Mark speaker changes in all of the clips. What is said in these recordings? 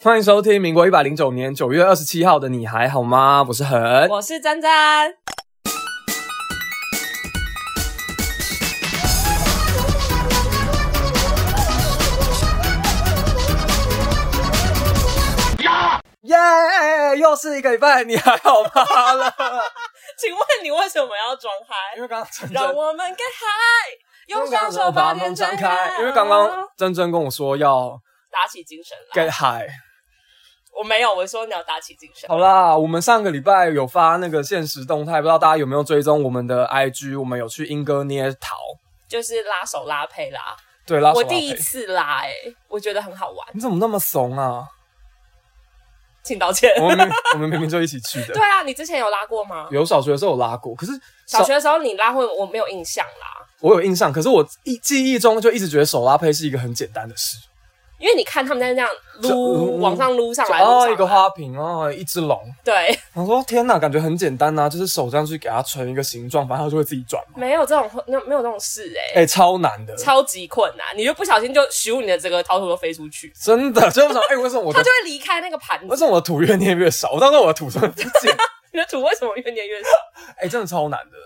Speaker 1: 欢迎收听民国一百零九年九月二十七号的你还好吗？我是恒，
Speaker 2: 我是詹詹。
Speaker 1: 耶又是一个礼拜，你还好吗了？
Speaker 2: 请问你为什么要装嗨
Speaker 1: 因？为刚刚真
Speaker 2: 让
Speaker 1: 真，
Speaker 2: 我们 get high，用双手把
Speaker 1: 门
Speaker 2: 天
Speaker 1: 张
Speaker 2: 张
Speaker 1: 开，因为刚刚真真跟我说要
Speaker 2: 打起精神来。
Speaker 1: get high。
Speaker 2: 我没有，我说你要打起精神。
Speaker 1: 好啦，我们上个礼拜有发那个现实动态，不知道大家有没有追踪我们的 IG？我们有去英哥捏桃，
Speaker 2: 就是拉手拉配啦，
Speaker 1: 对，拉手
Speaker 2: 我
Speaker 1: 拉
Speaker 2: 第一
Speaker 1: 胚
Speaker 2: 次拉哎、我觉得很好玩，
Speaker 1: 你怎么那么怂啊？
Speaker 2: 请道歉。
Speaker 1: 我们明 我们明明就一起去的
Speaker 2: 对，啊，你之前有拉过吗？
Speaker 1: 有小学的时候有拉过，可是
Speaker 2: 小学的时候你拉会，我没有印象啦，
Speaker 1: 我有印象，可是我记记忆中就一直觉得手拉胚是一个很简单的事，
Speaker 2: 因为你看他们在那样
Speaker 1: 就
Speaker 2: 撸，
Speaker 1: 嗯
Speaker 2: 往上撸上
Speaker 1: 就
Speaker 2: 来，撸
Speaker 1: 哦
Speaker 2: 上
Speaker 1: 一个
Speaker 2: 来
Speaker 1: 花瓶哦一只龙，
Speaker 2: 对，
Speaker 1: 我说天哪，感觉很简单呐、啊就是手这样去给它成一个形状，反正它就会自己转嘛。
Speaker 2: 没有这种没有没有这种事哎、
Speaker 1: 哎、超难的，
Speaker 2: 超级困难，你就不小心就咻，你的整个陶土都飞出去，
Speaker 1: 真的就是想哎、为什么我
Speaker 2: 它
Speaker 1: 的
Speaker 2: 就会离开那个盘
Speaker 1: 为
Speaker 2: 子。
Speaker 1: 什 么我的土越捏越少？我当时我的土真的不见，
Speaker 2: 你的土为什么越捏越少？
Speaker 1: 哎、真的超难的，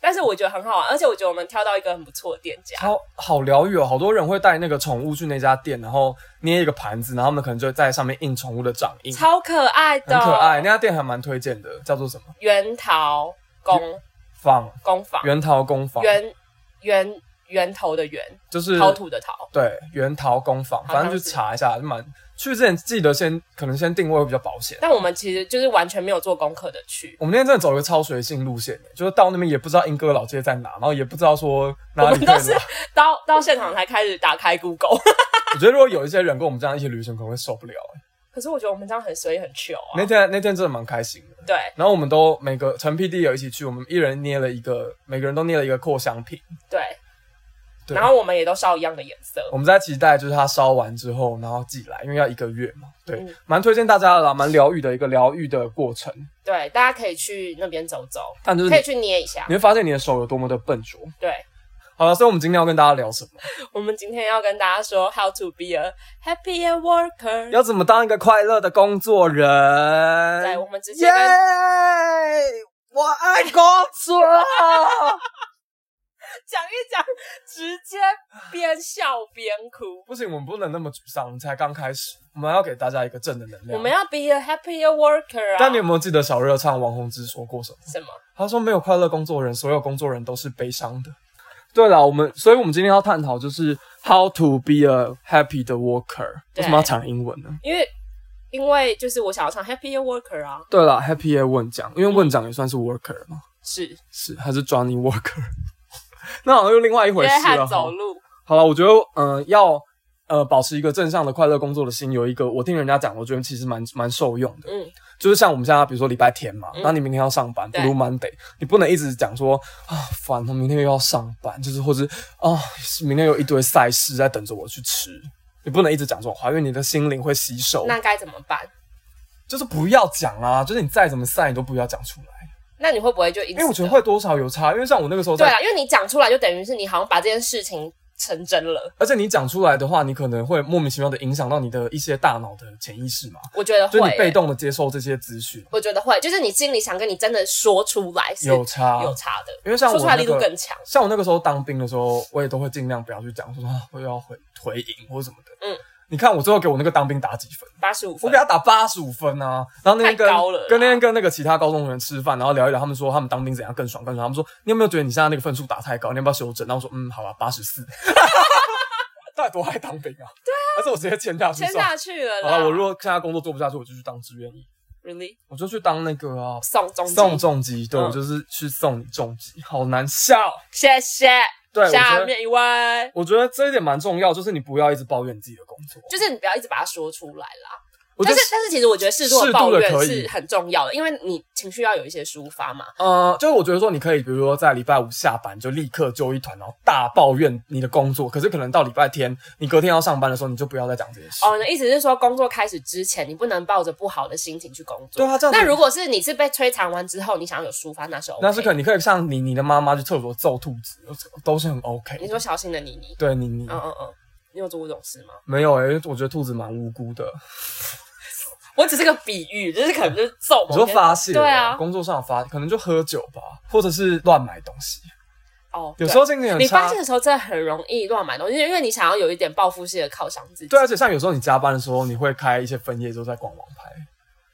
Speaker 2: 但是我觉得很好玩，而且我觉得我们挑到一个很不错的店家，
Speaker 1: 超好疗愈哦。好多人会带那个宠物去那家店，然后捏一个盘子，然后他们可能就在上面印宠物的掌印，
Speaker 2: 超可爱的，
Speaker 1: 嗯很可爱。那。家店还蛮推荐的，叫做什么？
Speaker 2: 圆桃工
Speaker 1: 坊
Speaker 2: 工坊，
Speaker 1: 元桃工坊，
Speaker 2: 圆圆源头的圆，
Speaker 1: 就是
Speaker 2: 陶土的陶。
Speaker 1: 对，元桃工坊，
Speaker 2: 好像
Speaker 1: 反正去查一下，就蛮去之前记得先可能先定位会比较保险。
Speaker 2: 但我们其实就是完全没有做功课的去，
Speaker 1: 我们那天真的走一个超随性路线，就是到那边也不知道英哥老街在哪，然后也不知道说
Speaker 2: 我
Speaker 1: 哪里可以
Speaker 2: 们
Speaker 1: 拿
Speaker 2: 都是到到现场才开始打开 Google。
Speaker 1: 我觉得如果有一些人跟我们这样一起旅行，可能会受不了。
Speaker 2: 可是我觉得我们这样很随意很 chill
Speaker 1: 那
Speaker 2: 啊。
Speaker 1: 天那天真的蛮开心的。
Speaker 2: 对，
Speaker 1: 然后我们都每个陈 PD 有一起去，我们一人捏了一个，每个人都捏了一个扩香瓶。
Speaker 2: 对，
Speaker 1: 对哦
Speaker 2: 然后我们也都烧一样的颜色。
Speaker 1: 我们在期待就是它烧完之后，然后寄来，因为要一个月嘛。对
Speaker 2: 嗯，
Speaker 1: 蛮、推荐大家的啦，蛮疗愈的一个疗愈的过程。
Speaker 2: 对，大家可以去那边走走，
Speaker 1: 但就是
Speaker 2: 可以
Speaker 1: 你
Speaker 2: 去捏一下
Speaker 1: 你。会发现你的手有多么的笨拙。
Speaker 2: 对，
Speaker 1: 好了，所以我们今天要跟大家聊什么？
Speaker 2: 我们今天要跟大家说 how to be a happier worker。
Speaker 1: 要怎么当一个快乐的工作人？
Speaker 2: 对，我们之
Speaker 1: 耶
Speaker 2: 前跟
Speaker 1: 我爱工作。
Speaker 2: 讲一讲，直接边笑边哭。
Speaker 1: 不行，我们不能那么沮丧，我们才刚开始，我们要给大家一个正的能量。
Speaker 2: 我们要 be a happier worker 啊！
Speaker 1: 但你有没有记得小热唱王宏之说过什么？
Speaker 2: 什么？
Speaker 1: 他说：“没有快乐工作人，所有工作人都是悲伤的。”对了，我们，所以我们今天要探讨就是 how to be a happy 的 worker。为
Speaker 2: 对
Speaker 1: 什么要讲英文呢？
Speaker 2: 因为因为就是我想要唱 happier worker 啊，
Speaker 1: 对了，happy 也问奖，因为问奖也算是 worker 嘛，
Speaker 2: 是，
Speaker 1: 是还是 Johnny worker？那好像又另外一
Speaker 2: 因
Speaker 1: 回
Speaker 2: 为
Speaker 1: 事了
Speaker 2: 汉
Speaker 1: 哈。
Speaker 2: 走路，
Speaker 1: 好了，我觉得，嗯、要呃保持一个正向的快乐工作的心，有一个我听人家讲，我觉得其实蛮蛮受用的。
Speaker 2: 嗯，
Speaker 1: 就是像我们现在，比如说礼拜天嘛，
Speaker 2: 嗯
Speaker 1: 然后你明天要上班
Speaker 2: 对
Speaker 1: ，Blue Monday，你不能一直讲说啊烦，我明天又要上班，就是或是啊明天有一堆赛事在等着我去吃，你不能一直讲这种话，因为你的心灵会吸收。
Speaker 2: 那该怎么办？
Speaker 1: 就是不要讲啊，就是你再怎么晒，你都不要讲出来，
Speaker 2: 那你会不会就因
Speaker 1: 因
Speaker 2: 此
Speaker 1: 哎为我觉得
Speaker 2: 的
Speaker 1: 会多少有差，因为像我那个时候
Speaker 2: 对
Speaker 1: 在，
Speaker 2: 啊，因为你讲出来就等于是你好像把这件事情成真了，
Speaker 1: 而且你讲出来的话，你可能会莫名其妙的影响到你的一些大脑的潜意识嘛。
Speaker 2: 我觉得
Speaker 1: 就
Speaker 2: 会、
Speaker 1: 是你被
Speaker 2: 欸
Speaker 1: 动的接受这些资讯，
Speaker 2: 我觉得会，就是你心里想跟你真的说出来是
Speaker 1: 有差
Speaker 2: 有差的，
Speaker 1: 因为像我
Speaker 2: 说出来
Speaker 1: 那
Speaker 2: 力
Speaker 1: 个
Speaker 2: 度更强。
Speaker 1: 像我那个时候当兵的时候，我也都会尽量不要去讲，说啊我又要回回营或什么的。
Speaker 2: 嗯，
Speaker 1: 你看我最后给我那个当兵打几分？
Speaker 2: 八十五
Speaker 1: 我
Speaker 2: 分
Speaker 1: 给，他打八十五分啊！然后那天
Speaker 2: 太
Speaker 1: 跟
Speaker 2: 高了啦
Speaker 1: 跟那天跟那个其他高中同学吃饭，然后聊一聊，他们说他们当兵怎样更爽更爽。他们说你有没有觉得你现在那个分数打太高？你要不要修正？然后我说嗯，好吧，八十四。 到底多爱当兵啊？对啊，还是我直接签下去
Speaker 2: 签
Speaker 1: 算了。
Speaker 2: 下去了
Speaker 1: 好
Speaker 2: 啦。
Speaker 1: 了，我如果现在工作做不下去，我就去当志愿役，
Speaker 2: really
Speaker 1: 我就去当那个啊
Speaker 2: 送中
Speaker 1: 送重击，对、
Speaker 2: 嗯
Speaker 1: 我就是去送你重击，好难笑。
Speaker 2: 谢谢。
Speaker 1: 对，我觉
Speaker 2: 下
Speaker 1: 得
Speaker 2: 面一位，
Speaker 1: 我觉得这一点蛮重要，就是你不要一直抱怨自己的工作。
Speaker 2: 就是你不要一直把它说出来啦。
Speaker 1: 我觉
Speaker 2: 但
Speaker 1: 得
Speaker 2: 是但是其实我觉得适度
Speaker 1: 适
Speaker 2: 的
Speaker 1: 度的
Speaker 2: 抱
Speaker 1: 可
Speaker 2: 怨
Speaker 1: 以
Speaker 2: 是很重要的，因为你情绪要有一些抒发嘛。
Speaker 1: 呃，就是我觉得说你可以，比如说在礼拜五下班就立刻揪一团，然后大抱怨你的工作。可是可能到礼拜天，你隔天要上班的时候，你就不要再讲这些事。
Speaker 2: 哦，你的意思是说工作开始之前，你不能抱着不好的心情去工
Speaker 1: 对
Speaker 2: 作。
Speaker 1: 啊这样子
Speaker 2: 那如果是你是被摧残完之后，你想要有抒发，那是 OK。
Speaker 1: 那是可你可以像你你的妈妈去厕所揍兔子，都是很 OK 的。
Speaker 2: 你说小心的妮妮，
Speaker 1: 对你你、
Speaker 2: 嗯嗯嗯，你有做过这种事吗？
Speaker 1: 没有诶、我觉得兔子蛮无辜的。
Speaker 2: 我只是个比喻，就是可能就是揍
Speaker 1: 你
Speaker 2: 某
Speaker 1: 说
Speaker 2: 天。
Speaker 1: 发泄，哦
Speaker 2: 对啊
Speaker 1: 工作上发，可能就喝酒吧，或者是乱买东西。
Speaker 2: 哦，
Speaker 1: 有
Speaker 2: 对
Speaker 1: 时候心情很
Speaker 2: 你
Speaker 1: 差
Speaker 2: 发现，的时候，真的很容易乱买东西，因为你想要有一点报复性的犒赏自己。
Speaker 1: 对，而啊且像有时候你加班的时候，你会开一些分页，就在逛网拍。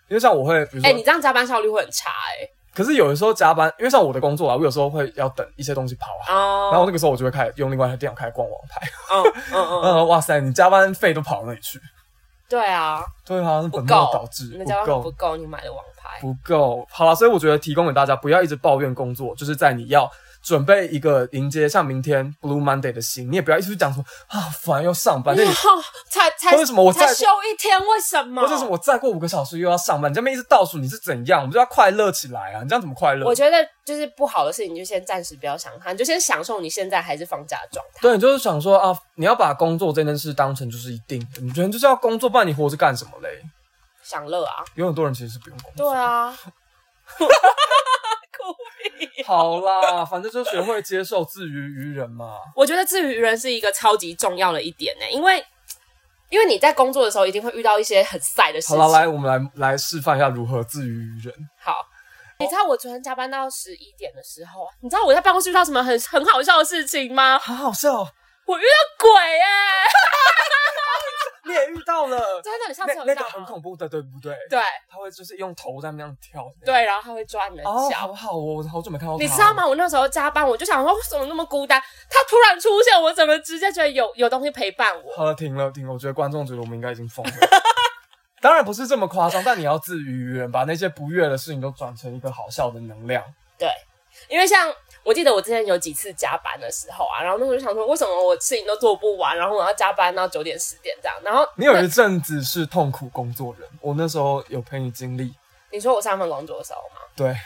Speaker 1: 因为像我会，比如
Speaker 2: 哎、
Speaker 1: 说，
Speaker 2: 你这样加班效率会很差哎、
Speaker 1: 可是有的时候加班，因为像我的工作啊，我有时候会要等一些东西跑好，然后
Speaker 2: 哦，
Speaker 1: 那个时候我就会开始用另外一台电脑开始逛网拍。
Speaker 2: 嗯嗯嗯，
Speaker 1: 嗯， 哇塞，你加班费都跑到那里去？
Speaker 2: 对啊，
Speaker 1: 对啊，那
Speaker 2: 不
Speaker 1: 本末
Speaker 2: 够
Speaker 1: 倒，置
Speaker 2: 你，的加
Speaker 1: 不
Speaker 2: 班不
Speaker 1: 够。
Speaker 2: 够你买的网拍。
Speaker 1: 不够好了，所以我觉得提供给大家，不要一直抱怨工作，就是在你要准备一个迎接像明天 Blue Monday 的心，你也不要一直讲说啊烦又上班，那你
Speaker 2: 然后才才
Speaker 1: 为什么我
Speaker 2: 才
Speaker 1: 在
Speaker 2: 休一天？为什么？
Speaker 1: 或者是我再过五个小时又要上班，你这边一直倒数，你是怎样？我们就要快乐起来啊！你这样怎么快乐
Speaker 2: 我？觉得就是不好的事情，你就先暂时不要想它，你就先享受你现在还是放假的状态。
Speaker 1: 对，你就是想说啊，你要把工作这件事当成就是一定的，你觉得就是要工作，不然你活着干什么嘞？
Speaker 2: 享乐啊，
Speaker 1: 有很多人其实是不用工
Speaker 2: 对
Speaker 1: 作。
Speaker 2: 啊， 酷毙！
Speaker 1: 好啦， 反正就学会接受自娱于人嘛。
Speaker 2: 我觉得自娱人是一个超级重要的一点呢、因为因为你在工作的时候一定会遇到一些很晒的事
Speaker 1: 好
Speaker 2: 情。
Speaker 1: 啦，来，我们来来示范一下如何自娱于人。
Speaker 2: 好你知道我昨天加班到十一点的时候，你知道我在办公室遇到什么很很好笑的事情吗？
Speaker 1: 好好笑哦，
Speaker 2: 我遇到鬼哎、
Speaker 1: 你也遇到了。
Speaker 2: 真的，你上
Speaker 1: 那
Speaker 2: 次有
Speaker 1: 那
Speaker 2: 遇
Speaker 1: 个
Speaker 2: 到
Speaker 1: 很
Speaker 2: 吗？
Speaker 1: 恐怖的，对不对？
Speaker 2: 对
Speaker 1: 他会就是用头在那样跳。
Speaker 2: 对，然后他会抓你的
Speaker 1: 哦，
Speaker 2: 脚。
Speaker 1: 好好哦，我好久没看到他。
Speaker 2: 你知道？吗？我那时候加班，我就想说，为什么那么孤单？他突然出现，我怎么直接觉得有有东西陪伴我？
Speaker 1: 好了，停了，停了。我觉得观众觉得我们应该已经疯了。当然不是这么夸张，但你要自娱于人，把那些不悦的事情都转成一个好笑的能量。
Speaker 2: 对，因为像我记得我之前有几次加班的时候啊，然后那时候就想说，为什么我事情都做不完，然后我要加班到九点十点这样？然后
Speaker 1: 你有一阵子是痛苦工作人，我那时候有陪你经历。
Speaker 2: 你说我上份工作的时候嘛，
Speaker 1: 对，
Speaker 2: 哎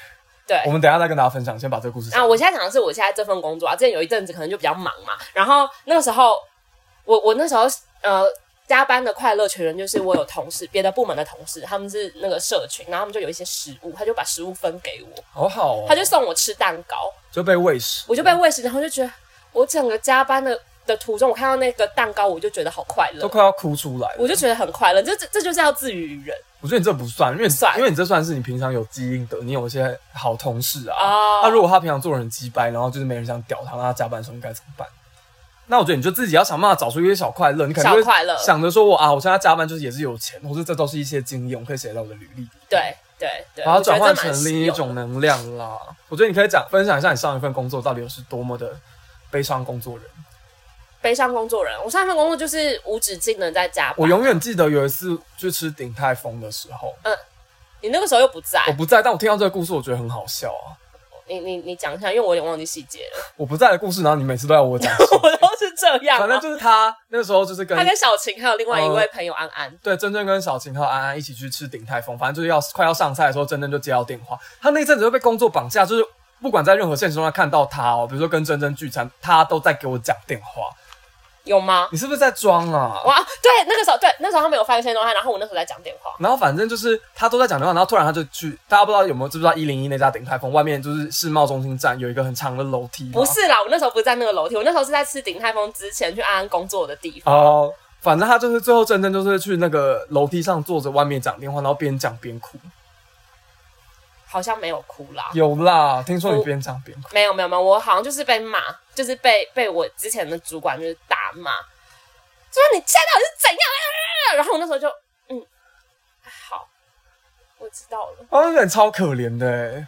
Speaker 2: 对，
Speaker 1: 我们等一下再跟大家分享，先把这个故事讲。
Speaker 2: 啊，我现在讲的是我现在这份工作啊，之前有一阵子可能就比较忙嘛，然后那个时候，我我那时候呃加班的快乐泉源就是我有同事，别的部门的同事，他们是那个社群，然后他们就有一些食物，他就把食物分给我，
Speaker 1: 好好哦，
Speaker 2: 他就送我吃蛋糕，
Speaker 1: 就被喂食。
Speaker 2: 我就被喂食，然后就觉得我整个加班的的途中，我看到那个蛋糕，我就觉得好快
Speaker 1: 都
Speaker 2: 乐，
Speaker 1: 快要哭出来了。
Speaker 2: 我就觉得很快乐，这这这就是要自娱于人
Speaker 1: 我觉得你这不算，因为你
Speaker 2: 算
Speaker 1: 因为你这算是你平常有基因的，你有一些好同事啊。
Speaker 2: 哦
Speaker 1: 那如果他平常做人很鸡掰，然后就是没人想屌他，那他加班的时候应该怎么办？那我觉得你就自己要想办法找出一些小快乐，你可能
Speaker 2: 小
Speaker 1: 会
Speaker 2: 快乐，
Speaker 1: 想着说我啊，我现在加班就是也是有钱，或者这都是一些经验，我可以写到我的履历，
Speaker 2: 对对对，
Speaker 1: 把它
Speaker 2: 我觉
Speaker 1: 转
Speaker 2: 得
Speaker 1: 换
Speaker 2: 这蛮
Speaker 1: 成
Speaker 2: 实
Speaker 1: 另一
Speaker 2: 用
Speaker 1: 种
Speaker 2: 的。
Speaker 1: 能量啦。我觉得你可以讲分享一下你上一份工作到底又是多么的悲伤工作
Speaker 2: 啊
Speaker 1: 人。
Speaker 2: 悲伤工作人，我上一份工作就是无止境的在加班，
Speaker 1: 我永远记得有一次去吃鼎泰丰的时候，
Speaker 2: 你那个时候又不在
Speaker 1: 我，不在，但我听到这个故事，我觉得很好笑啊。
Speaker 2: 你你你讲一下，因为我有点忘记细节了。
Speaker 1: 我不在的故事，然后你每次都要我讲 述。
Speaker 2: 我都是这样啊、
Speaker 1: 反正就是呃他那时候就是跟
Speaker 2: 他跟小晴还有另外一位朋友安安，
Speaker 1: 对真正跟小晴还有安安一起去吃鼎泰丰，反正就是要快要上菜的时候，真正就接到电话，他那一阵子就被工作绑架，就是不管在任何现实中他看到他哦，比如说跟真真聚餐，他都在给我讲电话。
Speaker 2: 有吗？
Speaker 1: 你是不是在装啊？
Speaker 2: 哇，对，那个时候对，那时候他们有发一个线动态，然后我那时候在讲电话，
Speaker 1: 然后反正就是他都在讲电话，然后突然他就去，大家不知道有没有知不知道一零一那家鼎泰丰外面就是世贸中心站有一个很长的楼梯吗，
Speaker 2: 不是啦，我那时候不是在那个楼梯，我那时候是在吃鼎泰丰之前去安安工作的地方。
Speaker 1: 哦。反正他就是最后真正就是去那个楼梯上坐着，外面讲电话，然后边讲边哭。
Speaker 2: 好像没有哭啦，
Speaker 1: 有啦，听
Speaker 2: 哦
Speaker 1: 说你边讲边哭，
Speaker 2: 没有没有没有，我好像就是被骂，就是被被我之前的主管就是大骂，就说你现在到底是怎样？然后我那时候就嗯，好，我知道了。
Speaker 1: 哦，那人超可怜的欸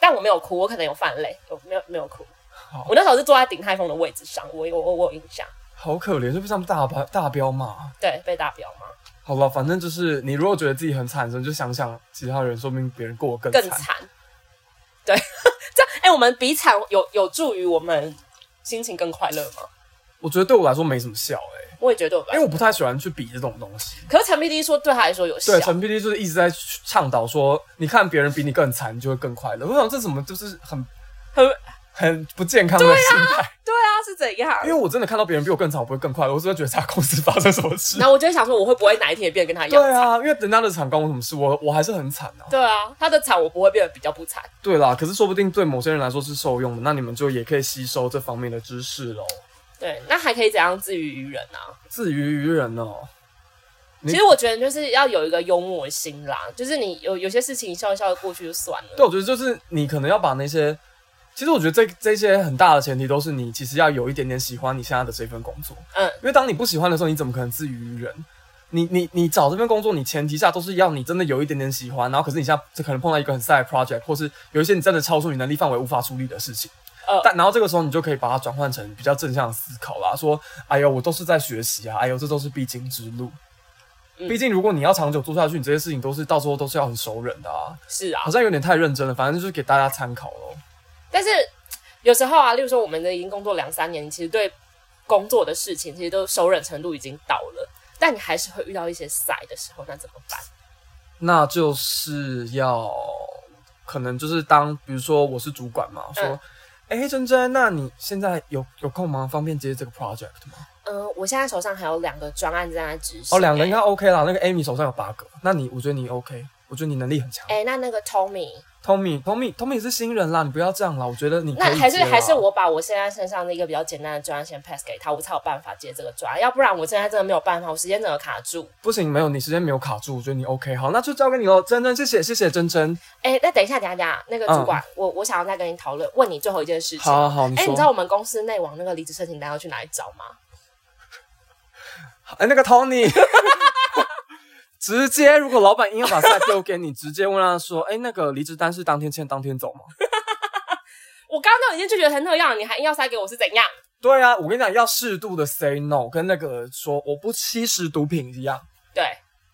Speaker 2: 但我没有哭，我可能有犯泪，我没有没有哭
Speaker 1: 好。
Speaker 2: 我那时候是坐在鼎泰丰的位置上，我有我我有印象，
Speaker 1: 好可怜，就被他们大标大标骂。
Speaker 2: 对，被大表妈
Speaker 1: 好了，反正就是你如果觉得自己很惨的时候，就想想其他人，说不定别人过得更
Speaker 2: 更
Speaker 1: 惨。
Speaker 2: 惨。 对， 这样哎、我们比惨有有助于我们心情更快乐吗？
Speaker 1: 我觉得对我来说没什么效哎、
Speaker 2: 我也觉得有吧
Speaker 1: 因为。我不太喜欢去比这种东西。
Speaker 2: 可是陈 PD 说对他来说有效
Speaker 1: 对，，陈 PD 就是一直在倡导说，你看别人比你更惨，你就会更快乐。我想这怎么就是很
Speaker 2: 很
Speaker 1: 很不健康的心态？
Speaker 2: 对啊，是怎样？
Speaker 1: 因为我真的看到别人比我更惨，我不会更快乐，我只会觉得他公司发生什么 事。
Speaker 2: 然后我就会想说，我会不会哪一天也变得跟他一样
Speaker 1: 对？啊，因为人家的惨关我什么事？我我还是很惨啊。
Speaker 2: 对啊，他的惨我不会变得比较不惨。
Speaker 1: 对啦，可是说不定对某些人来说是受用的，那你们就也可以吸收这方面的知识喽。
Speaker 2: 对，那还可以怎样自娱于人啊？
Speaker 1: 自娱于人哦，你
Speaker 2: 其实我觉得就是要有一个幽默心啦，就是你有有些事情笑一笑过去就算了。
Speaker 1: 对，我觉得就是你可能要把那些，其实我觉得这这些很大的前提都是你其实要有一点点喜欢你现在的这份工作，
Speaker 2: 嗯，
Speaker 1: 因为当你不喜欢的时候，你怎么可能自娱于人？你你你找这份工作，你前提下都是要你真的有一点点喜欢，然后可是你现在可能碰到一个很晒的 project，或是有一些你真的超出你能力范围无法处理的事情。
Speaker 2: 呃
Speaker 1: 但然后这个时候你就可以把它转换成比较正向的思考啦，说，哎呦，我都是在学习啊，哎呦，这都是必经之路。
Speaker 2: 嗯
Speaker 1: 毕竟如果你要长久做下去，你这些事情都是到时候都是要很熟人的啊，
Speaker 2: 是啊
Speaker 1: 好，像有点太认真了，反正就是给大家参考咯。
Speaker 2: 但是有时候啊，例如说我们已经工作两三年，你其实对工作的事情其实都熟忍程度已经到了，但你还是会遇到一些塞的时候，那怎么办？
Speaker 1: 那就是要可能就是当，比如说我是主管嘛，
Speaker 2: 嗯
Speaker 1: 说，哎、珍珍，那你现在有有空吗？方便接这个 project 吗？
Speaker 2: 嗯、我现在手上还有两个专案正在执行。
Speaker 1: 哦，两个应该
Speaker 2: 哎、
Speaker 1: OK 啦。那个 Amy 手上有八个，那你我觉得你 OK，我觉得你能力很强。
Speaker 2: 哎那那个 Tommy，
Speaker 1: Tommy，Tommy，Tommy 是新人啦，你不要这样啦。我觉得你可
Speaker 2: 那
Speaker 1: 以
Speaker 2: 还是
Speaker 1: 接啦啊
Speaker 2: 还是我把我现在身上的一个比较简单的专案先 pass 给他，我才有办法接这个专案，要不然我现在真的没有办法，我时间整个卡住。
Speaker 1: 不行，没有你时间没有卡住，我觉得你 OK。好，那就交给你喽，珍珍，谢谢谢谢珍珍。
Speaker 2: 哎、那等一下，等一下，等一下，那个
Speaker 1: 嗯
Speaker 2: 主管，我我想要再跟你讨论，问你最后一件事情。
Speaker 1: 好好好，你
Speaker 2: 哎、
Speaker 1: 说
Speaker 2: 你知。道我们公司内网那个离职申请单要去哪里找吗？
Speaker 1: 哎、那个 Tony，直接如果老板硬要把赛丢给你，直接问他说，哎、那个离职单是当天签当天走吗？
Speaker 2: 我刚刚都已经拒绝成那样了，你还硬要塞给我是怎样？
Speaker 1: 对啊，我跟你讲，要适度的 say no，跟那个说我不吸食毒品一样。
Speaker 2: 对，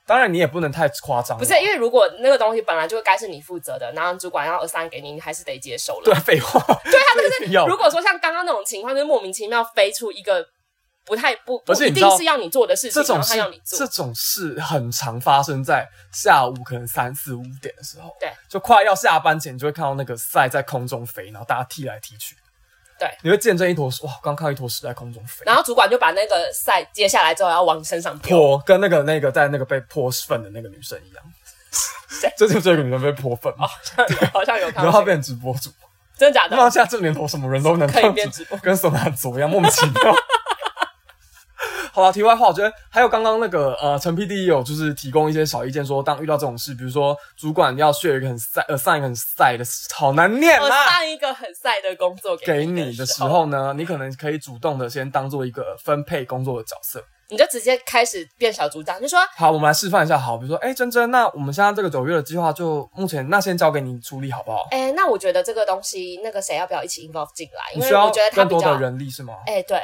Speaker 1: 当然你也不能太夸张，
Speaker 2: 不是因为如果那个东西本来就该是你负责的，然后主管要 assign 给你，你还是得接受
Speaker 1: 对
Speaker 2: 了。
Speaker 1: 废话，对
Speaker 2: 啊
Speaker 1: 他就是要
Speaker 2: 如果说像刚刚那种情况，就是莫名其妙飞出一个不太不不
Speaker 1: 而且
Speaker 2: 一
Speaker 1: 你知道
Speaker 2: 定是要你做的事情，
Speaker 1: 这种
Speaker 2: 然后
Speaker 1: 事
Speaker 2: 他要你，做
Speaker 1: 这，种事很常发生在下午可能三四五点的时候，
Speaker 2: 对，
Speaker 1: 就快要下班前，你就会看到那个赛在空中飞，然后大家踢来踢去，
Speaker 2: 对，
Speaker 1: 你会见证一坨哇，刚看到一坨屎在空中飞，
Speaker 2: 然后主管就把那个赛接下来之后要往你身上丢。
Speaker 1: 泼跟那个那个在那个被泼粪的那个女生一样，就是这个女生被泼粪嘛，
Speaker 2: 哦好像有看
Speaker 1: 然后她
Speaker 2: 到这个，
Speaker 1: 变成直播主，
Speaker 2: 真的假
Speaker 1: 那
Speaker 2: 的？
Speaker 1: 现在这年头什么人都能
Speaker 2: 可以
Speaker 1: 当
Speaker 2: 变
Speaker 1: 主
Speaker 2: 直播
Speaker 1: 跟索南佐一样莫名其妙。 好了，题外话，我觉得还有刚刚那个呃，陈 PD 也有就是提供一些小意见说当遇到这种事，比如说主管要 share 一个很晒呃上一个很晒的，好难念
Speaker 2: 我
Speaker 1: 啦，
Speaker 2: 上一个很晒的工作
Speaker 1: 给
Speaker 2: 你
Speaker 1: 你
Speaker 2: 的
Speaker 1: 的时，候呢，你可能可以主动的先当做一个分配工作的角色。
Speaker 2: 你就直接开始变小组长，就说
Speaker 1: 好，我们来示范一下，好，比如说，哎、珍珍，那我们现在这个九月的计划就目前那先交给你处理好不好？
Speaker 2: 哎、那我觉得这个东西，那个谁要不要一起 involve 进来？因
Speaker 1: 你
Speaker 2: 为
Speaker 1: 需要
Speaker 2: 我觉得他
Speaker 1: 更
Speaker 2: 比
Speaker 1: 多
Speaker 2: 较
Speaker 1: 的，人力是吗？
Speaker 2: 哎、对，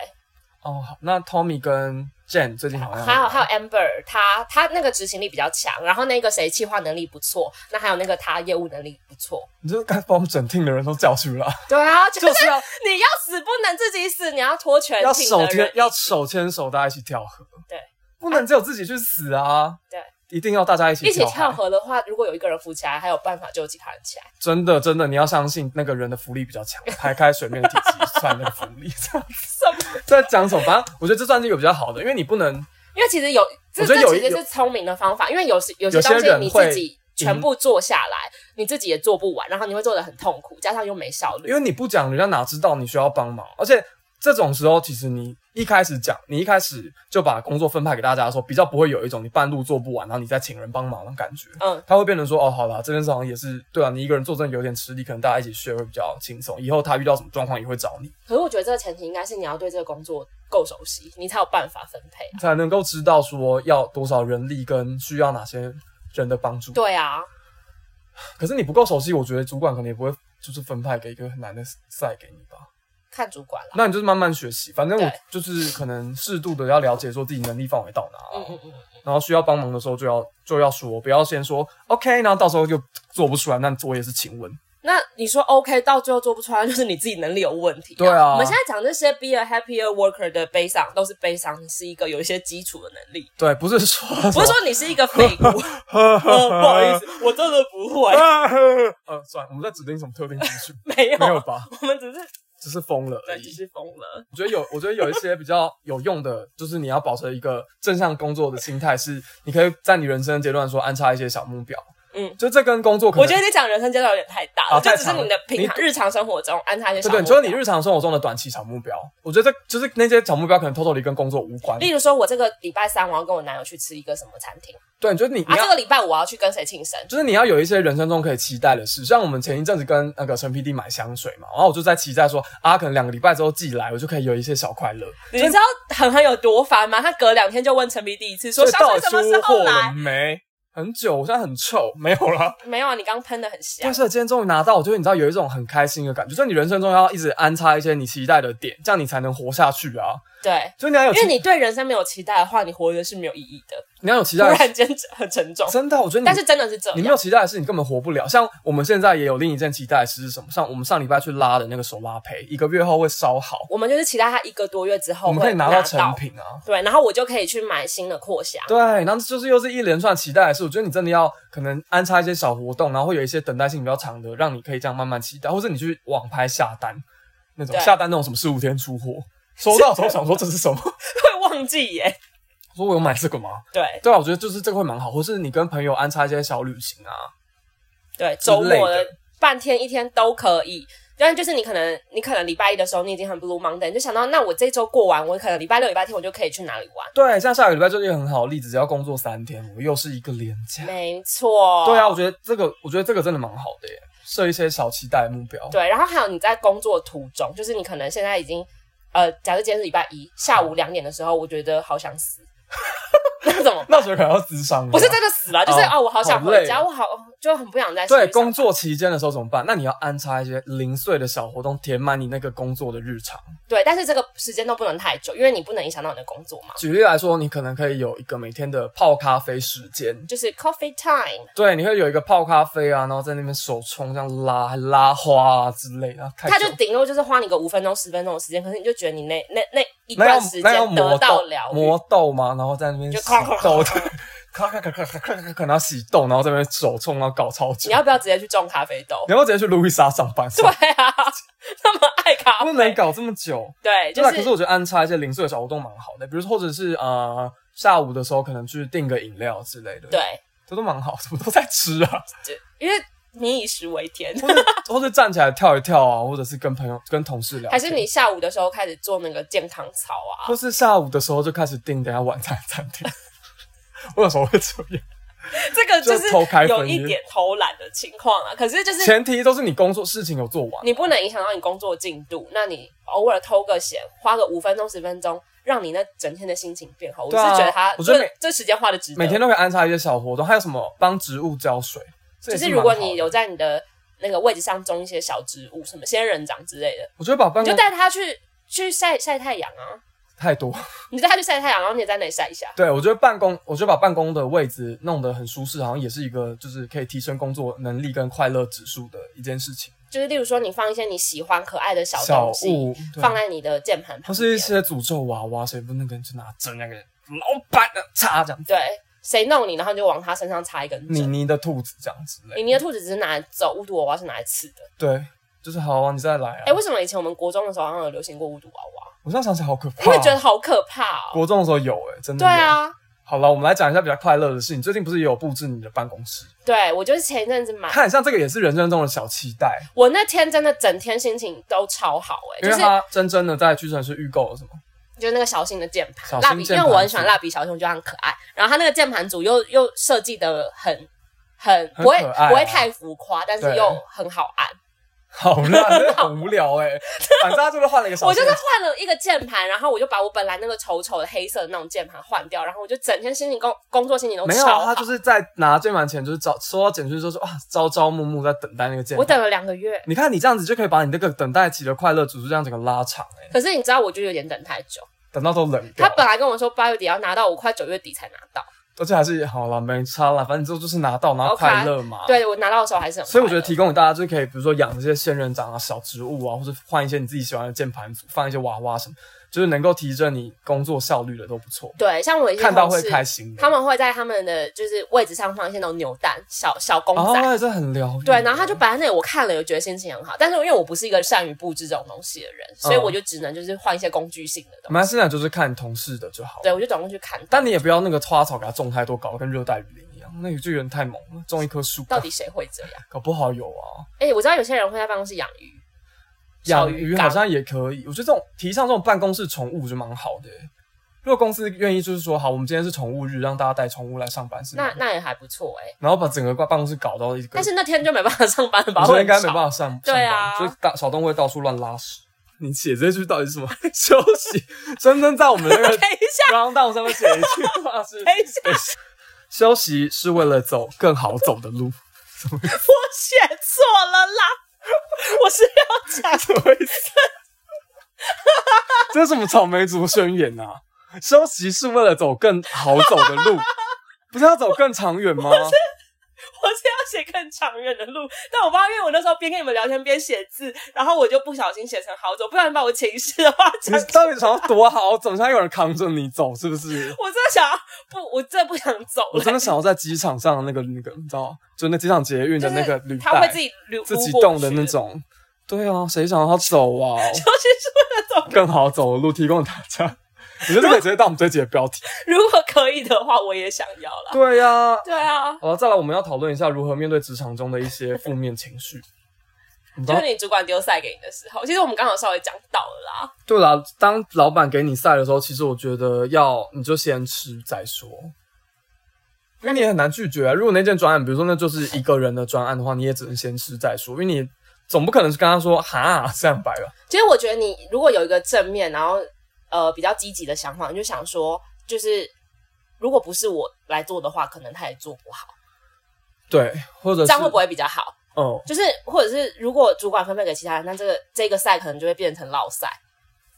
Speaker 1: 哦，好，那 Tommy 跟 Jane 最近好像
Speaker 2: 还有还有 Amber，他他那个执行力比较强，然后那个谁企划能力不错，那还有那个他业务能力不错。
Speaker 1: 你就是该把我们整 team 的人都叫出来，
Speaker 2: 对啊，就是
Speaker 1: 就是要
Speaker 2: 你要死不能自己死，你要拖全
Speaker 1: 要
Speaker 2: 体的
Speaker 1: 手牵
Speaker 2: 人。
Speaker 1: 要手牵手，大家一起跳河。
Speaker 2: 对，
Speaker 1: 不能只有自己去死啊！
Speaker 2: 对，
Speaker 1: 一定要大家一起
Speaker 2: 一起
Speaker 1: 海
Speaker 2: 跳。河的话，如果有一个人浮起来，还有办法救其他人起来。
Speaker 1: 真的真的，你要相信那个人的浮力比较强，排开水面的体积算那个浮力。这样
Speaker 2: 什么？
Speaker 1: 在讲什么？反正我觉得这算是一个比较好的，因为你不能
Speaker 2: 因为其实有这
Speaker 1: 我觉
Speaker 2: 这
Speaker 1: 得有
Speaker 2: 其实
Speaker 1: 有
Speaker 2: 是聪明的方法，因为有时有些
Speaker 1: 有些
Speaker 2: 东西
Speaker 1: 人
Speaker 2: 你
Speaker 1: 会
Speaker 2: 自己全部做下来，你自己也做不完，然后你会做的很痛苦，加上又没效率
Speaker 1: 因。为你不讲，人家哪知道你需要帮忙？而且这种时候，其实你一开始讲，你一开始就把工作分派给大家的时候，比较不会有一种你半路做不完，然后你再请人帮忙的感觉。
Speaker 2: 嗯，
Speaker 1: 他会变成说，哦，好啦，这件事好像也是对啊，你一个人做真的有点吃力，可能大家一起学会比较轻松。以后他遇到什么状况也会找你，
Speaker 2: 可是我觉得这个前提应该是你要对这个工作够熟悉，你才有办法分配。
Speaker 1: 才能够知道说要多少人力跟需要哪些人的帮助。
Speaker 2: 对啊，
Speaker 1: 可是你不够熟悉，我觉得主管可能也不会就是分派给一个很难的赛给你吧。
Speaker 2: 看主管了。
Speaker 1: 那你就是慢慢学习，反正我
Speaker 2: 对
Speaker 1: 就是可能适度的要了解说自己能力范围到哪啊、
Speaker 2: 嗯嗯嗯，
Speaker 1: 然后需要帮忙的时候就要就要说，不要先说 OK，然后到时候就做不出来，那我也是请问。
Speaker 2: 那你说 OK，到最后做不出来， 就是你自己能力有问题、
Speaker 1: 对啊
Speaker 2: 我们现在讲这些 be a happier worker 的悲伤，都是悲伤，你是一个有一些基础的能力，
Speaker 1: 对，不是说
Speaker 2: 不 是说你是一个废物。
Speaker 1: 呃
Speaker 2: 呃，不好意，思，我真的不会，
Speaker 1: 呃，算了，我们在指定什么特定情绪
Speaker 2: 没 有，
Speaker 1: 没有吧？
Speaker 2: 我们只是
Speaker 1: 只是疯了而
Speaker 2: 对，只
Speaker 1: 已。
Speaker 2: 是疯了。
Speaker 1: 我觉得有，我觉得有一些比较有用的，就是你要保持一个正向工作的心态，是你可以在你人生的阶段说安插一些小目标，
Speaker 2: 嗯，
Speaker 1: 就这跟工作可能
Speaker 2: 我觉得你讲人生阶段有点太大了，
Speaker 1: 啊
Speaker 2: 就
Speaker 1: 太
Speaker 2: 只是
Speaker 1: 长了
Speaker 2: 你的平常日常生活中安插一些小
Speaker 1: 对
Speaker 2: 目
Speaker 1: 对，
Speaker 2: 标。
Speaker 1: 就是你日常生活中的短期小目标。我觉得这就是那些小目标可能 totally 跟工作无关。
Speaker 2: 例如说，我这个礼拜三我要跟我男友去吃一个什么餐厅，
Speaker 1: 对，就是你你
Speaker 2: 啊，
Speaker 1: 要
Speaker 2: 这个礼拜我要去跟谁庆生，
Speaker 1: 就是你要有一些人生中可以期待的事，像我们前一阵子跟那个陈 PD 买香水嘛，然后我就在期待说啊，可能两个礼拜之后寄来，我就可以有一些小快乐。
Speaker 2: 你知道恒恒有多烦吗？他隔两天就问陈皮第一次说
Speaker 1: 所以
Speaker 2: 香
Speaker 1: 到
Speaker 2: 水
Speaker 1: 底
Speaker 2: 什么时
Speaker 1: 出
Speaker 2: 候
Speaker 1: 货了
Speaker 2: 来？
Speaker 1: 没？很久，我现在很臭，没有了。
Speaker 2: 没有啊，你刚喷的很香
Speaker 1: 但。是今天终于拿到，我觉得你知道有一种很开心的感觉，就是你人生中要一直安插一些你期待的点，这样你才能活下去啊。
Speaker 2: 对，
Speaker 1: 所以你要有
Speaker 2: 因为
Speaker 1: 期，
Speaker 2: 你对人生没有期待的话，你活着是没有意义 的。
Speaker 1: 你要有期
Speaker 2: 突
Speaker 1: 待的事，
Speaker 2: 然间很沉重，
Speaker 1: 真的，我觉得啊你
Speaker 2: 但是真的是这
Speaker 1: 你没有
Speaker 2: 样。
Speaker 1: 期待的事，你根本活不了。像我们现在也有另一件期待的事是什么？像我们上礼拜去拉的那个手拉胚，一个月后会烧好，
Speaker 2: 我们就是期待他一个多月之后
Speaker 1: 我们可以
Speaker 2: 哦会
Speaker 1: 拿
Speaker 2: 到
Speaker 1: 到成。品啊。
Speaker 2: 对，然后我就可以去买新的扩香。
Speaker 1: 对，然后就是又是一连串期待的事，我觉得你真的要可能安插一些小活动，然后会有一些等待性比较长的，让你可以这样慢慢期待，或者你去网拍下单那种
Speaker 2: 对
Speaker 1: 下单那种什么十五天出货，收到的时候想说这是 什么？
Speaker 2: 会忘记耶。
Speaker 1: 我说我有买这个吗？
Speaker 2: 对
Speaker 1: 对啊，我觉得就是这个会蛮好，或是你跟朋友安插一些小旅行啊，
Speaker 2: 对，周末
Speaker 1: 类
Speaker 2: 的
Speaker 1: 的
Speaker 2: 半天一天都可以。但就是你可能，你可能礼拜一的时候你已经很 blue Monday，你就想到那我这周过完，我可能礼拜六、礼拜天我就可以去哪里玩。
Speaker 1: 对，像下个礼拜就是一个很好的例子，只要工作三天，我又是一个连假。
Speaker 2: 没错，
Speaker 1: 对啊，我觉得这个，我觉得这个真的蛮好的耶，设一些小期待的目标。
Speaker 2: 对，然后还有你在工作途中，就是你可能现在已经，呃，假设今天是礼拜一下午两点的时候，我觉得好想死， 那怎么办？
Speaker 1: 那我觉得可能要智商了。
Speaker 2: 不是真的死了，就是
Speaker 1: 哦
Speaker 2: 哦我好想
Speaker 1: 好
Speaker 2: 回
Speaker 1: 累
Speaker 2: 家，我好就很不想再
Speaker 1: 对
Speaker 2: 去上
Speaker 1: 工作期间的时候怎么办？那你要安插一些零碎的小活动，填满你那个工作的日常。
Speaker 2: 对，但是这个时间都不能太久，因为你不能影响到你的工作嘛，
Speaker 1: 举例来说，你可能可以有一个每天的泡咖啡时间，
Speaker 2: 就是 coffee time，
Speaker 1: 对，你会有一个泡咖啡啊，然后在那边手冲这样拉，还拉花啊之类的。太
Speaker 2: 他
Speaker 1: 久
Speaker 2: 就顶多就是花你个五分钟十分钟的时间，可是你就觉得你那那那一
Speaker 1: 那要
Speaker 2: 段时
Speaker 1: 那要
Speaker 2: 间
Speaker 1: 磨
Speaker 2: 得到
Speaker 1: 豆
Speaker 2: 疗愈，
Speaker 1: 磨豆吗？然后在那边
Speaker 2: 就
Speaker 1: 洗
Speaker 2: 咔咔咔
Speaker 1: 豆，对，咔咔咔咔咔咔咔咔，然后洗豆，然后在那边手冲，然后搞超久。
Speaker 2: 你要不要直接去种咖啡豆
Speaker 1: 你？要不要直接去路易莎上班？
Speaker 2: 对啊， 那么爱咖
Speaker 1: 不能
Speaker 2: 啡，
Speaker 1: 搞这么久。
Speaker 2: 对，啊就
Speaker 1: 对啊，
Speaker 2: 是
Speaker 1: 可是我觉得安插一些零碎的小活动蛮好的，比如说或者是呃下午的时候可能去订个饮料之类的，
Speaker 2: 对，，
Speaker 1: 这都蛮好， 什么都在吃啊，
Speaker 2: 就因为民以食为天，
Speaker 1: 或者或者站起来跳一跳啊，或者是跟朋友跟同事聊天，
Speaker 2: 还是你下午的时候开始做那个健康操啊？
Speaker 1: 或是下午的时候就开始订等一下晚餐的餐厅， 我有时候会这样，
Speaker 2: 这个就是
Speaker 1: 就偷开分
Speaker 2: 有一点偷懒的情况啊。可是就是
Speaker 1: 前提都是你工作事情有做完，
Speaker 2: 你不能影响到你工作进度，那你偶尔偷个闲，花个五分钟十分钟，让你那整天的心情变好，我是
Speaker 1: 对啊
Speaker 2: 觉得他
Speaker 1: 我觉得每
Speaker 2: 这这时间花的值得。
Speaker 1: 每天都可以安插一些小活动，还有什么帮植物浇水，这
Speaker 2: 就
Speaker 1: 也
Speaker 2: 是
Speaker 1: 蛮
Speaker 2: 如果
Speaker 1: 好
Speaker 2: 你
Speaker 1: 的
Speaker 2: 有，在你的那个位置上种一些小植物，什么仙人掌之类的，
Speaker 1: 我觉得把办
Speaker 2: 你就
Speaker 1: 公
Speaker 2: 带他去去晒晒太阳啊，
Speaker 1: 太多。
Speaker 2: 你就带他去晒太阳，然后你也在那里晒一下。
Speaker 1: 对，我觉得办公，我觉得把办公的位置弄得很舒适，好像也是一个就是可以提升工作能力跟快乐指数的一件事情。
Speaker 2: 就是例如说，你放一些你喜欢可爱的小
Speaker 1: 小
Speaker 2: 东西，
Speaker 1: 物，对啊
Speaker 2: 放在你的键盘
Speaker 1: 或
Speaker 2: 旁
Speaker 1: 是一
Speaker 2: 边。
Speaker 1: 些诅咒娃娃，谁不能跟就拿针那个老板的叉这样，
Speaker 2: 对，谁弄你，然后你就往他身上插一根
Speaker 1: 妮
Speaker 2: 针。
Speaker 1: 妮的兔子这样之类
Speaker 2: 你
Speaker 1: 的。
Speaker 2: 你的兔子只是拿来走，巫毒娃娃是拿来刺的。
Speaker 1: 对，啊就是好啊，你再来啊！
Speaker 2: 哎、为什么以前我们国中的时候好像有流行过巫毒娃娃？
Speaker 1: 我现在想起来好可怕、
Speaker 2: 我
Speaker 1: 啊。
Speaker 2: 也觉得好可怕哦。
Speaker 1: 国中的时候有哎、真的
Speaker 2: 对
Speaker 1: 有。
Speaker 2: 啊，
Speaker 1: 好了，我们来讲一下比较快乐的事情。最近不是也有布置你的办公室？
Speaker 2: 对我就是前一阵子买，
Speaker 1: 看，像这个也是人生中的小期待，
Speaker 2: 我那天真的整天心情都超好哎、
Speaker 1: 因
Speaker 2: 就
Speaker 1: 为
Speaker 2: 是
Speaker 1: 他真真的在屈臣氏预购了什么？
Speaker 2: 就是那个小新的键
Speaker 1: 小新
Speaker 2: 盘蜡笔，
Speaker 1: 键
Speaker 2: 因为
Speaker 1: 盘
Speaker 2: 我很喜欢
Speaker 1: 组
Speaker 2: 蜡笔小新，我觉得它很可爱。然后它那个键盘组又又设计的很很
Speaker 1: 很
Speaker 2: 不会、
Speaker 1: 可爱啊
Speaker 2: 不会太浮夸，但是
Speaker 1: 对
Speaker 2: 又很好按。
Speaker 1: 好烂，真的很无聊哎、反正他就是换了一个小
Speaker 2: 我
Speaker 1: 线
Speaker 2: 就是换了一个键盘，然后我就把我本来那个丑丑的黑色的那种键盘换掉，然后我就整天心情工工作心情都
Speaker 1: 没有，
Speaker 2: 超
Speaker 1: 啊，他
Speaker 2: 好。
Speaker 1: 就是在拿键盘前，就是招收到简讯说说啊，朝朝暮暮在等待那个键
Speaker 2: 我
Speaker 1: 盘。
Speaker 2: 等了两个月，
Speaker 1: 你看你这样子就可以把你那个等待期的快乐指数这样整个拉长哎、
Speaker 2: 可是你知道，我就有点等太久。啊
Speaker 1: 等到都冷掉
Speaker 2: 他，本来跟我说八月底要拿到，我快九月底才拿到。
Speaker 1: 而且还是好了，没差了，反正这就是拿到，然后
Speaker 2: OK
Speaker 1: 快乐嘛。。
Speaker 2: 对我拿到的时候还是很快乐，
Speaker 1: 哦所以我觉得提供给大家就是可以，比如说养这些仙人掌啊、小植物啊，或者换一些你自己喜欢的键盘组，放一些娃娃什么，就是能够提升你工作效率的都不错。
Speaker 2: 对，像我一些
Speaker 1: 看到
Speaker 2: 同
Speaker 1: 会
Speaker 2: 事
Speaker 1: 开心的。
Speaker 2: 他们会在他们的就是位置上放一些那种扭蛋、小小公
Speaker 1: 哦
Speaker 2: 仔。，
Speaker 1: 这很疗愈。
Speaker 2: 对，然后他就摆在那里，我看了，我觉得心情很好。但是因为我不是一个善于布置这种东西的人，所以
Speaker 1: 嗯
Speaker 2: 我就只能就是换一些工具性的东西。
Speaker 1: 马来西亚就是看同事的就好了。
Speaker 2: 对，我就总共去看。
Speaker 1: 但你也不要那个花草给它种太多，搞得跟热带雨林一样。那宇宙人太猛了，种一棵树，
Speaker 2: 到底谁会这样？
Speaker 1: 搞不好有啊。
Speaker 2: 哎、我知道有些人会在办公室养鱼，小
Speaker 1: 养
Speaker 2: 鱼
Speaker 1: 鱼
Speaker 2: 缸
Speaker 1: 好像也可以，我觉得这种提倡这种办公室宠物就蛮好的欸、如果公司愿意，就是说好，我们今天是宠物日，让大家带宠物来上班是吗
Speaker 2: 那那也还不错哎、
Speaker 1: 然后把整个办公室搞到一个，
Speaker 2: 但是那天就没办法上班了吧？
Speaker 1: 我觉
Speaker 2: 会
Speaker 1: 得应该没
Speaker 2: 很吵
Speaker 1: 办法上，
Speaker 2: 对啊
Speaker 1: 上班就是大小动物会到处乱拉屎。你写这句到底是什么？ 休息，真正在我们那个
Speaker 2: 等一下，
Speaker 1: round down 上面写一句话是：
Speaker 2: 等一下，
Speaker 1: 休息是为了走更好走的路。
Speaker 2: 我写错了啦！我是要讲
Speaker 1: 什么意思？这是什么草莓族宣言啊？休息是为了走更好走的路，不是要走更长远吗？
Speaker 2: 我是要写更长远的路，但我不知道，因为我那时候边跟你们聊天边写字，然后我就不小心写成好走，不然把我情绪的话
Speaker 1: 你
Speaker 2: 讲。
Speaker 1: 到底想要多好走？像有人扛着你走，是不是？
Speaker 2: 我真的想要不，我真的不想走了。
Speaker 1: 我真的想要在机场上的那个那个，你知道，就那机场捷运的那个
Speaker 2: 就是
Speaker 1: 履
Speaker 2: 他会
Speaker 1: 带
Speaker 2: 自，己捋
Speaker 1: 自己
Speaker 2: 撸过
Speaker 1: 动的那
Speaker 2: 去
Speaker 1: 种。对啊，谁想要走啊？
Speaker 2: 就是说那种，
Speaker 1: 更好走的路提供给大家。我觉得这个直接当我们这集的标题。
Speaker 2: 如果可以的话，我也想要啦。
Speaker 1: 对呀、
Speaker 2: 对啊，
Speaker 1: 好了，哦再来我们要讨论一下如何面对职场中的一些负面情绪。你知
Speaker 2: 就
Speaker 1: 道
Speaker 2: 是，你主管丢赛给你的时候，其实我们刚好稍微讲到了啦。
Speaker 1: 对啦，当老板给你赛的时候，其实我觉得要你就先吃再说，因为你也很难拒绝、啊。如果那件专案，比如说那就是一个人的专案的话，你也只能先吃再说，因为你总不可能是跟他说哈这样白了。
Speaker 2: 其实我觉得你如果有一个正面，然后呃比较积极的想法，你就想说，就是如果不是我来做的话，可能他也做不好，
Speaker 1: 对，或者是
Speaker 2: 这样会不会比较好？
Speaker 1: 哦、
Speaker 2: 就是或者是如果主管分配给其他人，那这个这个赛可能就会变成老赛。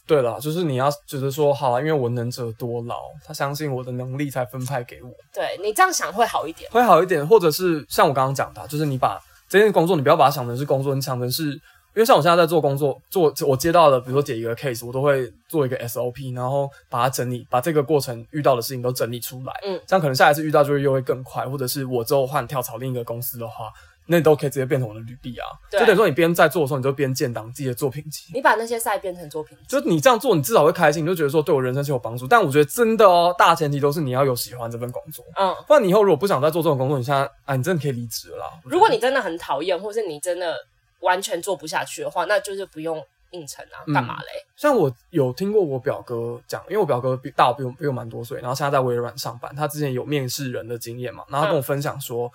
Speaker 1: 对了，就是你要觉得说好了，因为我能者多劳，他相信我的能力才分派给我。
Speaker 2: 对你这样想会好一点。
Speaker 1: 会好一点，或者是像我刚刚讲的啊，就是你把这件工作，你不要把它想成是工作，你想成是，因为像我现在在做工作，做我接到的，比如说解一个 case，我都会做一个 SOP，然后把它整理，把这个过程遇到的事情都整理出来，
Speaker 2: 嗯
Speaker 1: 这样可能下一次遇到就会又会更快，或者是我之后换跳槽另一个公司的话，那你都可以直接变成我的履历啊，
Speaker 2: 对嗯
Speaker 1: 就等于说你边在做的时候，你就边建档自己的作品集。
Speaker 2: 你把那些赛变成作品集，
Speaker 1: 就你这样做，你至少会开心，你就觉得说对我人生是有帮助。但我觉得真的哦，大前提都是你要有喜欢这份工作。
Speaker 2: 嗯，
Speaker 1: 不然你以后如果不想再做这种工作，你现在啊，你真的可以离职了啦。
Speaker 2: 如果你真的很讨厌，或是你真的完全做不下去的话，那就是不用硬撑啊，
Speaker 1: 嗯
Speaker 2: 干嘛嘞？
Speaker 1: 像我有听过我表哥讲，因为我表哥比大我比我比我蛮多岁，然后现在在微软上班，他之前有面试人的经验嘛，然后他跟我分享说，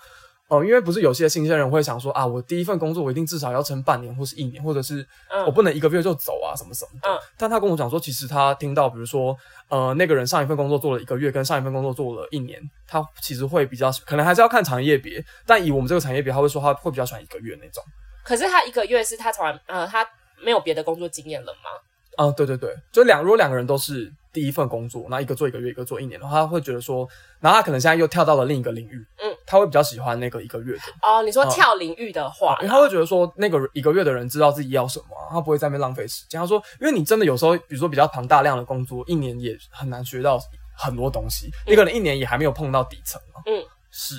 Speaker 1: 哦、因为不是有些新鲜人会想说啊，我第一份工作我一定至少要撑半年或是一年，或者是
Speaker 2: 嗯
Speaker 1: 我不能一个月就走啊什么什么的。
Speaker 2: 嗯
Speaker 1: 但他跟我讲说，其实他听到比如说呃那个人上一份工作做了一个月，跟上一份工作做了一年，他其实会比较可能还是要看产业别，但以我们这个产业别，他会说他会比较喜欢一个月那种。
Speaker 2: 可是他一个月是他从来呃他没有别的工作经验了吗？
Speaker 1: 啊、对对对，就两如果两个人都是第一份工作，那一个做一个月，一个做一年的话，他会觉得说，然后他可能现在又跳到了另一个领域，
Speaker 2: 嗯，
Speaker 1: 他会比较喜欢那个一个月的，
Speaker 2: 哦，你说
Speaker 1: 嗯
Speaker 2: 跳领域的话，
Speaker 1: 因为他会觉得说，那个一个月的人知道自己要什么啊、他不会在那边浪费时间。他说，因为你真的有时候，比如说比较庞大量的工作，一年也很难学到很多东西，你可能一年也还没有碰到底层嘛，
Speaker 2: 嗯，
Speaker 1: 是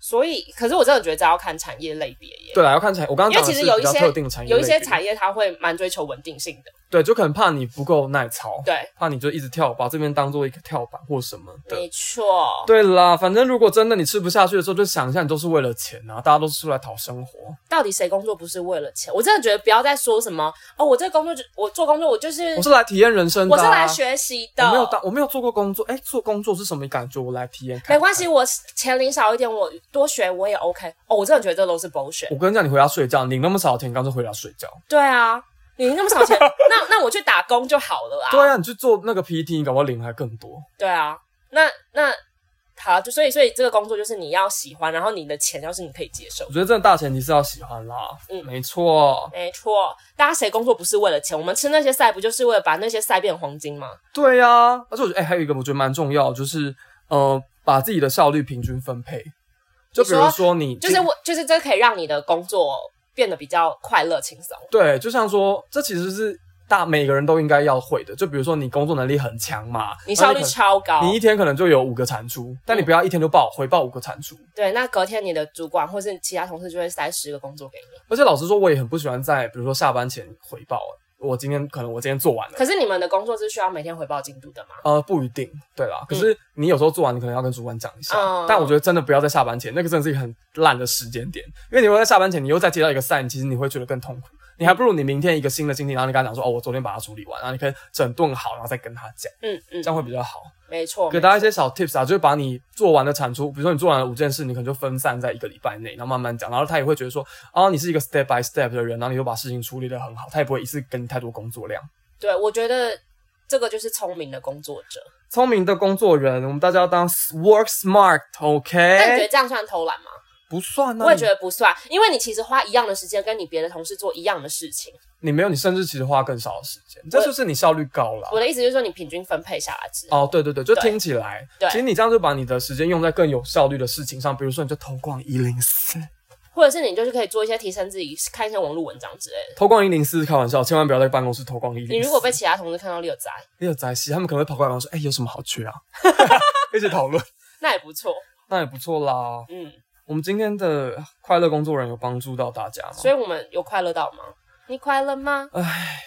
Speaker 2: 所以，可是我真的觉得这要看产业类别耶。
Speaker 1: 对啦，要看产，我刚刚
Speaker 2: 因为
Speaker 1: 讲的
Speaker 2: 其
Speaker 1: 是
Speaker 2: 实有
Speaker 1: 比
Speaker 2: 一
Speaker 1: 较
Speaker 2: 些
Speaker 1: 特定的产业
Speaker 2: 有一些
Speaker 1: 类别
Speaker 2: 产业它会蛮追求稳定性的，
Speaker 1: 对，就可能怕你不够耐操，
Speaker 2: 对，
Speaker 1: 怕你就一直跳，把这边当做一个跳板或什么的，
Speaker 2: 没错，
Speaker 1: 对啦，反正如果真的你吃不下去的时候，就想一下，你都是为了钱啊，大家都是出来讨生活。
Speaker 2: 到底谁工作不是为了钱？我真的觉得不要再说什么哦，我这个工作就我做工作，我就是
Speaker 1: 我是来体验人生的、
Speaker 2: 我
Speaker 1: 啊，
Speaker 2: 是来学习的，
Speaker 1: 我没有当我没有做过工作，哎、做工作是什么感觉？我来体验看看
Speaker 2: 没关系，。我钱领少一点，我多学我也 OK。哦，我真的觉得这都是 bullshit。
Speaker 1: 我跟你讲，你回家睡觉，领那么少的钱，你干脆回家睡觉。
Speaker 2: 对啊，你那么 少钱，那那我去打工就好了啊。
Speaker 1: 对啊，你去做那个 PT，你搞不好领还更多。
Speaker 2: 对啊，那那好，就所以所以这个工作就是你要喜欢，然后你的钱要是你可以接受
Speaker 1: 我。觉得真的大前提是要喜欢啦，
Speaker 2: 嗯
Speaker 1: 没错。
Speaker 2: 没错，大家谁工作不是为了钱？我们吃那些赛不就是为了把那些赛变黄金吗？
Speaker 1: 对呀、而且我觉得，哎、还有一个我觉得蛮重要的，就是呃，把自己的效率平均分配。就比如
Speaker 2: 你说
Speaker 1: 说你
Speaker 2: 就是我，就是这可以让你的工作变得比较快乐轻松。
Speaker 1: 对，就像说，这其实是大每个人都应该要会的。就比如说，你工作能力很强嘛，
Speaker 2: 你
Speaker 1: 哦那你
Speaker 2: 效率
Speaker 1: 可能
Speaker 2: 超嗯高，
Speaker 1: 你一天可能就有五个产出，但你不要一天就报回报五个产出。
Speaker 2: 对，那隔天你的主管或是其他同事就会塞十个工作给你。
Speaker 1: 而且老实说，我也很不喜欢在比如说下班前回报、欸我今天可能我今天做完了，
Speaker 2: 可是你们的工作是需要每天回报进度的吗？
Speaker 1: 呃，不一定，对啦。可是你有时候做完，你可能要跟主管讲一下。
Speaker 2: 嗯
Speaker 1: 但我觉得真的不要在下班前，那个真的是一个很烂的时间点，因为你如果在下班前，你又再接到一个 sign，其实你会觉得更痛苦。你还不如你明天一个新的经历，然后你跟他讲说，哦，我昨天把它处理完，然后你可以整顿好，然后再跟他讲，
Speaker 2: 嗯嗯
Speaker 1: 这，样会比较好。
Speaker 2: 没错，
Speaker 1: 给大家一些小 tips 啊，就是把你做完的产出，比如说你做完了五件事，你可能就分散在一个礼拜内，然后慢慢讲，然后他也会觉得说，啊，你是一个 step by step 的人，然后你又把事情处理得很好，他也不会一次给你太多工作量。
Speaker 2: 对，我觉得这个就是聪明的工作者。
Speaker 1: 聪明的工作人，我们大家要当 work smart，OK？、
Speaker 2: 那你觉得这样算偷懒吗？
Speaker 1: 不算啊，
Speaker 2: 我也
Speaker 1: 你
Speaker 2: 觉得不算，因为你其实花一样的时间跟你别的同事做一样的事情。
Speaker 1: 你没有，你甚至其实花更少的时间，这就是你效率高了。
Speaker 2: 我的意思就是说，你平均分配下来之后，
Speaker 1: 哦，对对对，就
Speaker 2: 对
Speaker 1: 听起来，
Speaker 2: 对
Speaker 1: 其实你这样就把你的时间用在更有效率的事情上，比如说你就偷逛一零 四，
Speaker 2: 或者是你就是可以做一些提升自己、看一些网络文章之类的。
Speaker 1: 偷逛一零四是开玩笑，千万不要在办公室偷逛一零四。
Speaker 2: 你如果被其他同事看到六宅，
Speaker 1: 也有宅系，他们可能会跑过来问说，哎、有什么好缺啊？ 一起讨论，
Speaker 2: 那也不错。
Speaker 1: 那也不错啦。
Speaker 2: 嗯，
Speaker 1: 我们今天的快乐工作人有帮助到大家吗？
Speaker 2: 所以我们有快乐到吗？你快乐吗？
Speaker 1: 唉，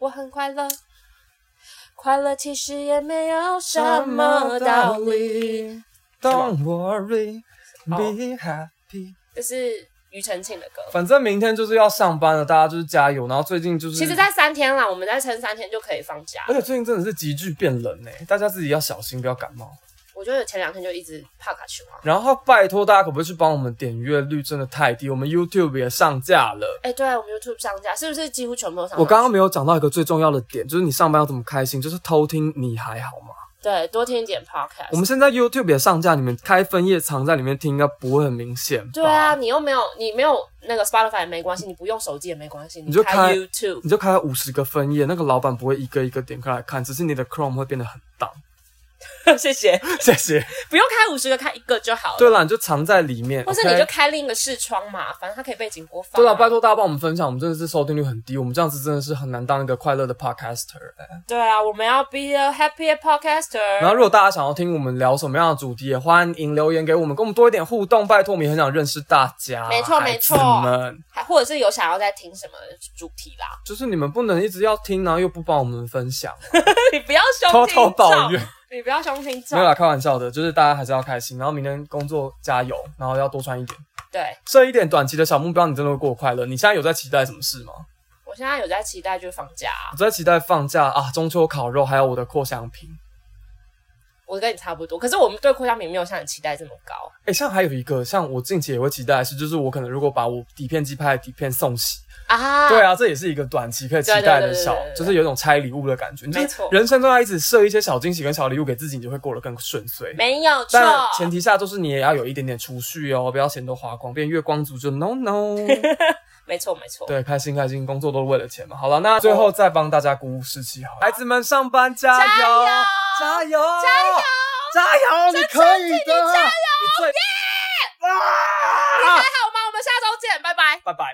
Speaker 2: 我很快乐，快乐其实也没有什么道理。
Speaker 1: ？Don't worry,
Speaker 2: 哦
Speaker 1: be happy。
Speaker 2: 这是庾澄庆的歌。
Speaker 1: 反正明天就是要上班了，大家就是加油。然后最近就是，
Speaker 2: 其实，在三天啦，我们再撑三天就可以放假
Speaker 1: 而。且最近真的是急剧变冷呢、大家自己要小心，不要感冒。
Speaker 2: 我觉得前两天就一直帕卡丘啊。
Speaker 1: 然后拜托大家，可不可以去帮我们点阅率真的太低？我们 YouTube 也上架了。
Speaker 2: 哎、对我们 YouTube 上架，是不是几乎全部都上架？
Speaker 1: 我刚刚没有讲到一个最重要的点，就是你上班要怎么开心，就是偷听你还好吗？
Speaker 2: 对多听一点 Podcast。
Speaker 1: 我们现在 YouTube 也上架，你们开分页藏在里面听，应该不会很明显吧？
Speaker 2: 对啊，，你又没有你没有那个 Spotify 也没关系，你不用手机也没关系，你
Speaker 1: 就
Speaker 2: 开
Speaker 1: 开
Speaker 2: YouTube。
Speaker 1: 你就开五十个分页，那个老板不会一个一个点开来看，只是你的 Chrome 会变得很荡。
Speaker 2: 谢谢，
Speaker 1: 谢谢。
Speaker 2: 不用开五十个，开一个就好了。
Speaker 1: 对啦，你就藏在里面，
Speaker 2: 或是
Speaker 1: OK？
Speaker 2: 你就开另一个视窗嘛，反正它可以背景播放、啊。
Speaker 1: 对了，拜。托大家帮我们分享，我们真的是收听率很低，我们这样子真的是很难当一个快乐的 podcaster、哎
Speaker 2: 对啊，我们要 be a happy podcaster。
Speaker 1: 然后，如果大家想要听我们聊什么样的主题，也欢迎留言给我们，跟我们多一点互动，拜托，我们也很想认识大家。
Speaker 2: 没错
Speaker 1: 孩子
Speaker 2: 没错
Speaker 1: 们
Speaker 2: 还或者是有想要再听什么主题啦，
Speaker 1: 就是你们不能一直要听，然后又不帮我们分享，
Speaker 2: 你不要凶
Speaker 1: 偷
Speaker 2: 听
Speaker 1: 偷抱
Speaker 2: 众
Speaker 1: 怨。
Speaker 2: 你不要凶听
Speaker 1: 没有
Speaker 2: 众。
Speaker 1: 啦，开玩笑的，就是大家还是要开心，然后明天工作加油，然后要多穿一点。
Speaker 2: 对
Speaker 1: 设一点短期的小目标，你真的会过得快乐。你现在有在期待什么事吗？
Speaker 2: 我现在有在期待就是放假、啊
Speaker 1: 我，在期待放假啊，中秋烤肉，还有我的扩香瓶。
Speaker 2: 我跟你差不多，可是我们对扩香饼没有像你期待这么高。
Speaker 1: 哎、像还有一个，像我近期也会期待的是，就是我可能如果把我底片机拍的底片送洗，
Speaker 2: 啊，
Speaker 1: 对啊，这也是一个短期可以期待
Speaker 2: 对对对对
Speaker 1: 的
Speaker 2: 对
Speaker 1: 小，
Speaker 2: 对
Speaker 1: 就是有一种拆礼物的感觉。
Speaker 2: 没错
Speaker 1: 就是人生都要一直设一些小惊喜跟小礼物给自己，你就会过得更顺遂。
Speaker 2: 没有错。
Speaker 1: 但前提下就是你也要有一点点储蓄哦，不要钱都花光，变月光族就 no no。
Speaker 2: 没错，没错。
Speaker 1: 对，开心开心，工作都是为了钱嘛。好了，那最后再帮大家鼓舞士气好了，孩子们上班加油，加油，加油，加油，你可以的，你最啊！啊
Speaker 2: 还好吗？我们下周见，拜拜。
Speaker 1: 拜拜。